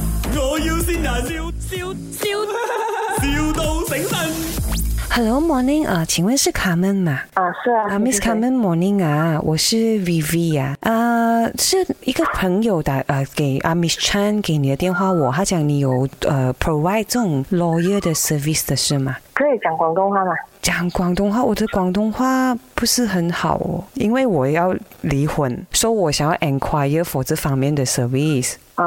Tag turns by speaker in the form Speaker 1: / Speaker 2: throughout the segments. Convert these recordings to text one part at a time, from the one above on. Speaker 1: 要先人，笑笑笑，, 笑到醒神。
Speaker 2: Hello morning 啊、请问是卡门吗？
Speaker 3: 啊，是啊
Speaker 2: 啊、m i s s Carmen morning 啊，我是 Vivi 啊，啊、是一个朋友打呃给啊 Miss Chan 给你的电话我，他讲你有呃 provide 这种 lawyer 的 service 的是吗？
Speaker 3: 可以讲广东话吗？
Speaker 2: 讲广东话，我的广东话不是很好哦，因为我要离婚，所以我想要 enquire for 这方面的 service。
Speaker 3: 呃，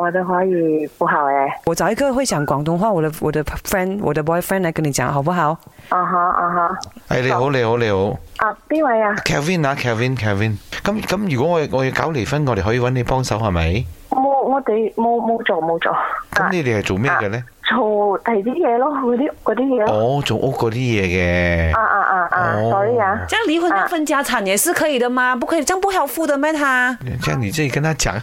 Speaker 3: 我的华语不好诶。
Speaker 2: 我找一个会讲广东话，我的我的 friend，我的 boyfriend 来跟你讲好不好？
Speaker 3: 啊哈啊哈，
Speaker 4: 诶、你好，你好，你好
Speaker 3: 啊邊位啊？
Speaker 4: ，Kevin 啊，Kevin，Kevin。咁咁，如果我我要搞離婚，我哋可以揾你幫手係咪？
Speaker 3: 冇我哋冇冇做冇做。
Speaker 4: 咁
Speaker 3: 啊
Speaker 4: 你哋係做咩嘅呢？
Speaker 3: 做第啲嘢咯，嗰啲嗰啲嘢咯。
Speaker 4: 哦，做屋嗰啲嘢嘅
Speaker 3: 啊。啊啊啊
Speaker 4: 哦
Speaker 3: ，sorry 啊。
Speaker 2: 这样离婚要分家产也是可以的吗？不可以，这样不好付的咩？他
Speaker 4: 这样你自己跟他讲。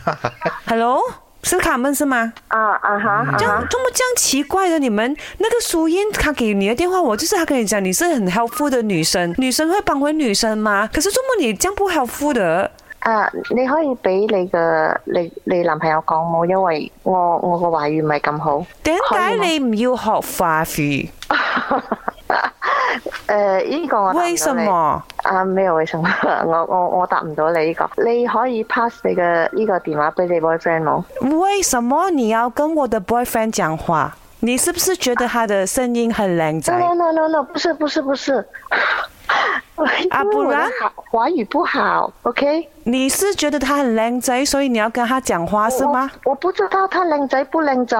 Speaker 2: ，Hello，是卡门是吗？
Speaker 3: 啊啊哈啊
Speaker 2: 这
Speaker 3: 哈
Speaker 2: 样。这么这样奇怪的你们，那个苏燕她给你的电话，我就是她跟你讲你是很 helpful 的女生，女生会帮回女生吗？可是这么你这样不 helpful 的，
Speaker 3: 啊，你可以俾你嘅你你男朋友講冇，因為我我個華語唔係咁好。
Speaker 2: 點解
Speaker 3: 可以嗎
Speaker 2: 你唔要學法語？
Speaker 3: 诶，呃呢個我答唔到你
Speaker 2: 為什麼？
Speaker 3: 啊，沒有為什麼， 我我我答唔到你呢個。你可以 pass 你嘅呢個電話俾你 boyfriend 冇？
Speaker 2: 为什么你要跟我的 boyfriend 讲话？你是不是觉得他的声音很靓仔？
Speaker 3: No no no no，不是不是不是。
Speaker 2: 啊
Speaker 3: 因为
Speaker 2: 不
Speaker 3: 我的
Speaker 2: 然
Speaker 3: 好华语不好，OK？
Speaker 2: 你是觉得他很靓仔，所以你要跟他讲话是吗？
Speaker 3: 我？我不知道他靓仔不靓仔，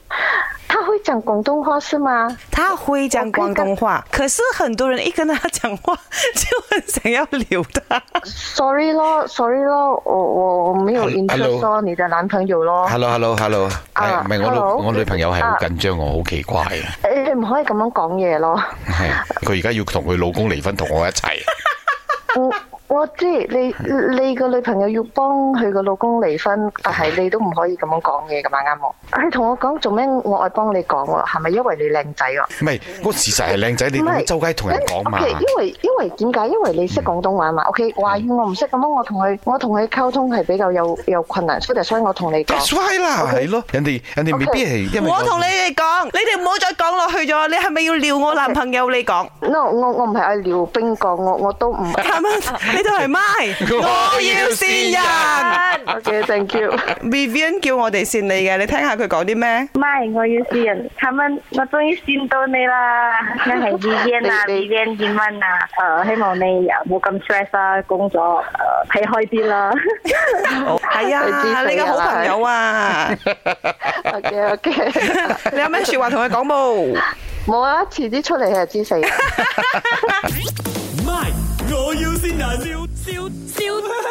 Speaker 3: 他会讲广东话是吗？
Speaker 2: 他会讲广东话，可是很多人一跟他讲话 就很想要留他。
Speaker 3: Sorry 咯，Sorry 咯，我我我没有
Speaker 4: Hello-
Speaker 3: interest 咯，你的男朋友咯，
Speaker 4: Hello，Hello，Hello。
Speaker 3: 啊
Speaker 4: 係唔係我女
Speaker 3: hello
Speaker 4: 我女朋友係好
Speaker 3: 啊
Speaker 4: 緊張，我好奇怪嘅。
Speaker 3: 誒你唔可以咁樣講嘢咯。
Speaker 4: 係佢而家要同佢老公離婚，同我一齊。
Speaker 3: 我我知你你個女朋友要幫佢個老公離婚，但係你都唔可以咁樣講嘢噶嘛，啱冇？佢同我講做咩？我愛幫你講喎，係咪因為你靚仔啊？
Speaker 4: 唔係，個事實係靚仔，你
Speaker 3: 唔
Speaker 4: 唔好
Speaker 3: 係
Speaker 4: 周街同人講嘛。嗯
Speaker 3: O K，因為因為點解？因為你識廣東話嘛。O K，華語我唔識咁樣，我同佢我同佢溝通係比較有有困難，所以所以我同你講
Speaker 4: That's why 啦，係咯，人哋人哋未必係因為
Speaker 2: 我同你哋讲，你哋唔好再讲落去咗。你系咪要撩我男朋友？你 讲，
Speaker 3: ，no，我我唔係愛撩冰講，我我都 唔。
Speaker 2: 咁樣你度系咪？我要善人。
Speaker 3: O K，thank you。
Speaker 2: Vivian 叫我哋善你嘅，你听下佢讲啲咩？
Speaker 5: 咪，我要試人，卡蚊，我終於見到你 啦！我係 Vivian 啊
Speaker 3: 你你
Speaker 5: ，Vivian 燕蚊啊，誒、希望你呃冇咁 stress 啦、工作誒睇、開啲啦。
Speaker 2: 系
Speaker 3: 佢知死
Speaker 2: 啊，
Speaker 3: 啊
Speaker 2: 你嘅好朋友 啊，
Speaker 3: O K，O K。
Speaker 2: 你有咩说话同佢讲冇？
Speaker 3: 冇啊，遲啲出嚟你就知死人。
Speaker 1: My，我要先人，笑笑笑。